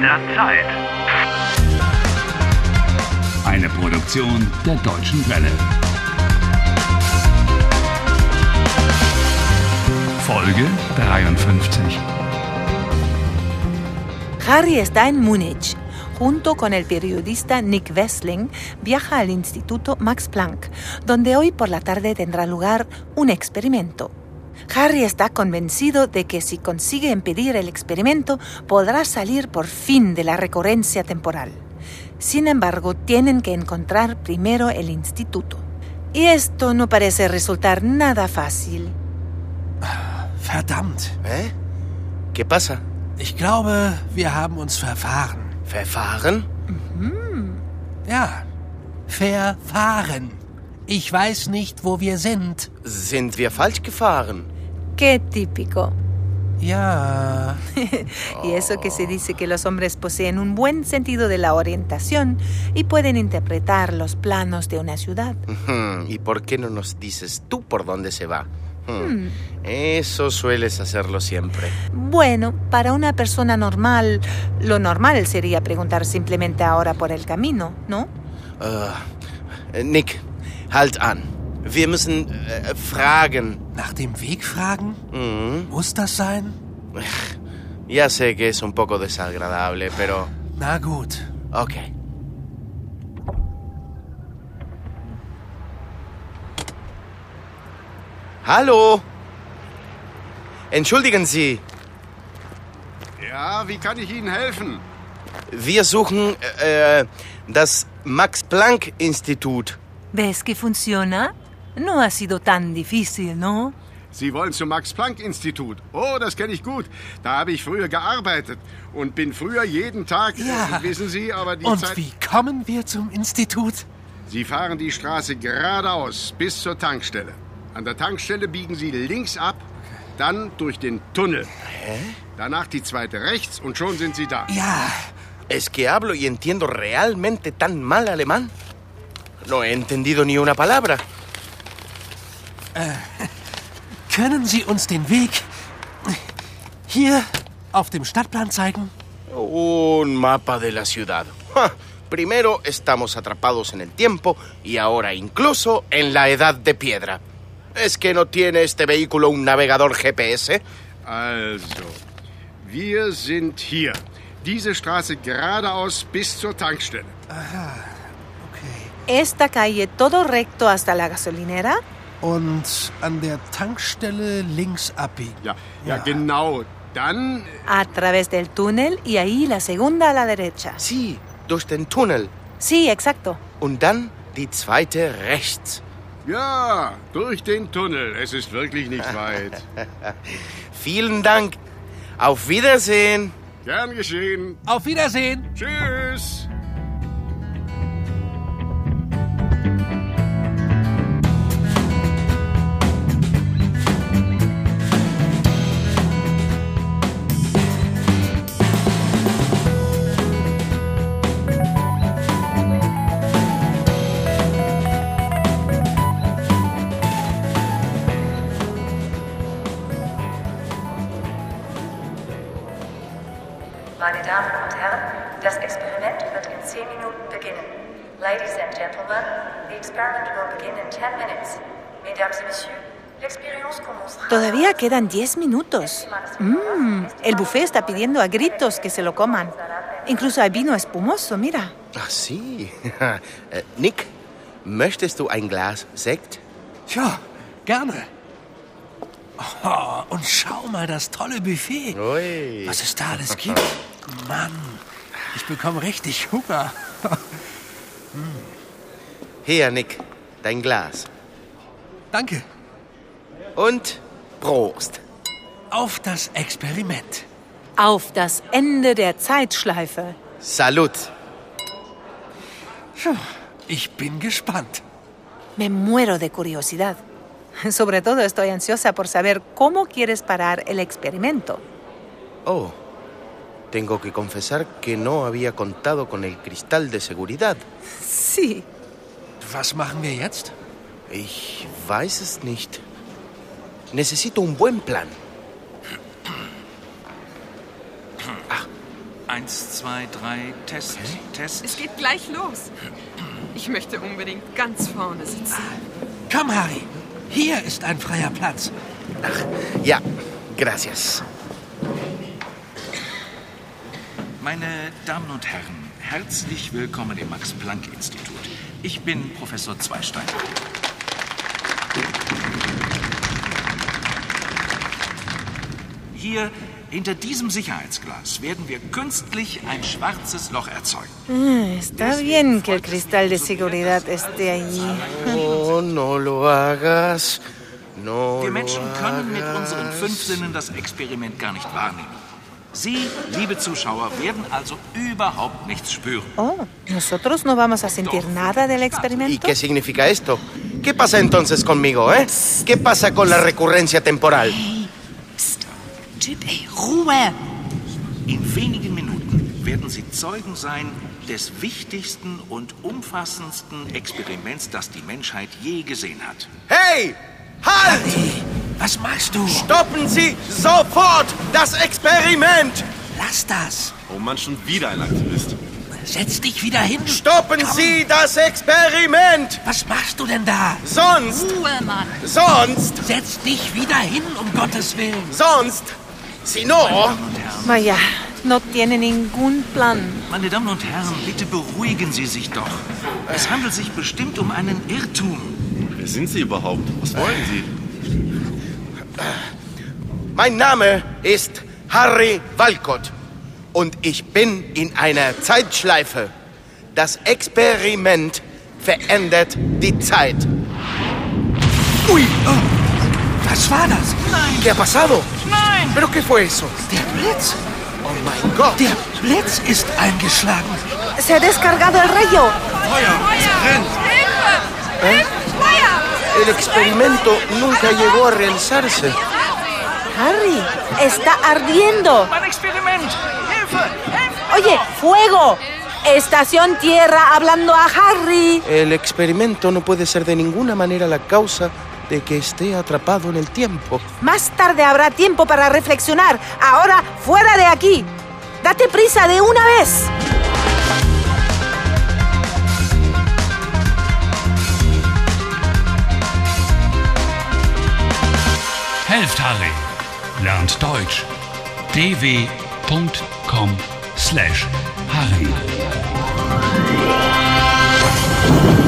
der Zeit. Eine Produktion der Deutschen Welle. Folge 53. Harry está en Múnich. Junto con el periodista Nick Wessling viaja al Instituto Max Planck, donde hoy por la tarde tendrá lugar un experimento. Harry está convencido de que si consigue impedir el experimento podrá salir por fin de la recurrencia temporal. Sin embargo, tienen que encontrar primero el instituto. Y esto no parece resultar nada fácil. Verdammt, Hä? ¿Qué pasa? ich glaube, wir haben uns verfahren. Verfahren? Ja, verfahren. Ich weiß nicht, wo wir sind. Sind wir falsch gefahren? Qué típico. Ja, Y eso que se dice que los hombres poseen un buen sentido de la orientación y pueden interpretar los planos de una ciudad. Hm, ¿Y por qué no nos dices tú por dónde se va? Hm, Eso sueles hacerlo siempre. Bueno, para una persona normal, lo normal sería preguntar simplemente ahora por el camino, ¿no? Äh, Nick, halt an. Wir müssen äh, fragen. nach dem Weg fragen? Mhm. Muss das sein? Ya sé que es un poco desagradable, pero... Na gut. Ok. Hallo. Entschuldigen Sie, Ja, wie kann ich Ihnen helfen? wir suchen äh, das Max-Planck-Institut. ¿Ves que funciona? No ha sido tan difícil, ¿no? Sie wollen zum Max-Planck-Institut. Oh, das kenne ich gut. Da habe ich früher gearbeitet und bin früher jeden Tag. Ja. Äh, Wissen Sie, aber die Und Zeit. wie kommen wir zum Institut? Sie fahren die Straße geradeaus bis zur Tankstelle. An der Tankstelle biegen Sie links ab, dann durch den Tunnel. Hä? Danach die zweite rechts und schon sind Sie da. Ja, Es que hablo y entiendo realmente tan mal alemán. No he entendido ni una palabra. können Sie uns den Weg hier auf dem Stadtplan zeigen? Un mapa de la ciudad. Ja, Primero estamos atrapados en el tiempo y ahora incluso en la edad de piedra. ¿Es que no tiene este vehículo un navegador GPS? Also, wir sind hier. Diese Straße geradeaus bis zur Tankstelle. Okay. Esta calle todo recto hasta la gasolinera. Und an der Tankstelle links abbiegen. Ja, ja, genau. Dann a través del túnel y ahí la segunda a la derecha. Sí, durch den Tunnel. Sí, exacto. Und dann die zweite rechts. Ja, durch den Tunnel. Es ist wirklich nicht weit. Vielen Dank. Auf Wiedersehen. Gern geschehen. Auf Wiedersehen! Tschüss. Meine Damen und Herren, das Experiment wird in 10 Minuten beginnen. Ladies and gentlemen, the experiment will begin in 10 minutes. Mesdames et messieurs, l'expérience commencera. Todavía quedan 10 minutos. Mm, el buffet está pidiendo a gritos que se lo coman. Incluso hay vino espumoso, mira. Ach Ah, sí. Äh, Nick, möchtest du ein Glas Sekt? Tja, gerne. Oh, und schau mal das tolle Buffet. Ui. Was es da alles gibt. Mann, ich bekomme richtig Hunger. Hier, Nick, dein Glas. Danke. Und Prost. Auf das Experiment. Auf das Ende der Zeitschleife. Salut. Ich bin gespannt. Me muero de curiosidad. Sobre todo estoy ansiosa por saber cómo quieres parar el experimento. Oh, tengo que confesar que no había contado con el cristal de seguridad. Sí. Was machen wir jetzt? Ich weiß es nicht. Necesito un buen plan. Eins, zwei, drei, Test, Test. Es geht gleich los. Ich möchte unbedingt ganz vorne sitzen. Komm, Harry. Hier ist ein freier Platz. Ja, gracias. Meine Damen und Herren, herzlich willkommen im Max-Planck-Institut. Ich bin Professor Zweistein. Hier hinter diesem Sicherheitsglas werden wir künstlich ein schwarzes Loch erzeugen. Está bien que el cristal de seguridad esté allí. Oh, no lo hagas. No Wir lo Menschen können mit unseren hagas. fünf Sinnen das Experiment gar nicht wahrnehmen. Sie, liebe Zuschauer, werden also überhaupt nichts spüren. Oh, ¿nosotros no vamos a sentir nada del ¿Y experimento? qué significa esto? ¿Qué pasa entonces conmigo, eh? ¿Qué pasa con la recurrencia temporal? Typ, ey, Ruhe! In wenigen Minuten werden Sie Zeugen sein des wichtigsten und umfassendsten Experiments, das die Menschheit je gesehen hat. ¡Hey! ¡Halt! Was machst du? ¡Stoppen Sie sofort das Experiment! Lass das. Oh Mann, schon wieder ein Aktivist. Setz dich wieder hin. ¡Stoppen Sie das Experiment! Was machst du denn da? Sonst, Ruhe, Mann! sonst, Setz dich wieder hin, um Gottes Willen. sonst. Si no, Vaya, no tiene ningún plan. Meine Damen und Herren, bitte beruhigen Sie sich doch. Es handelt sich bestimmt um einen Irrtum. Wer sind Sie überhaupt? Was wollen Sie? mein Name ist Harry Walcott und ich bin in einer Zeitschleife. Das Experiment verändert die Zeit. ¡Uy! Was war das? ¿Qué ha pasado? ¿Pero qué fue eso? Der Blitz. Oh my God. Der Blitz ist eingeschlagen. ¡Se ha descargado el rayo! El experimento nunca llegó a realizarse. ¡Harry! ¡Está ardiendo! Mein Experiment! Hilfe! Hilfe! ¡Oye, fuego! Estación Tierra hablando a Harry. El experimento no puede ser de ninguna manera la causa de que esté atrapado en el tiempo. Más tarde habrá tiempo para reflexionar. Ahora, fuera de aquí. Date prisa de una vez. Helft Harry. Lernt Deutsch. dw.com/harry.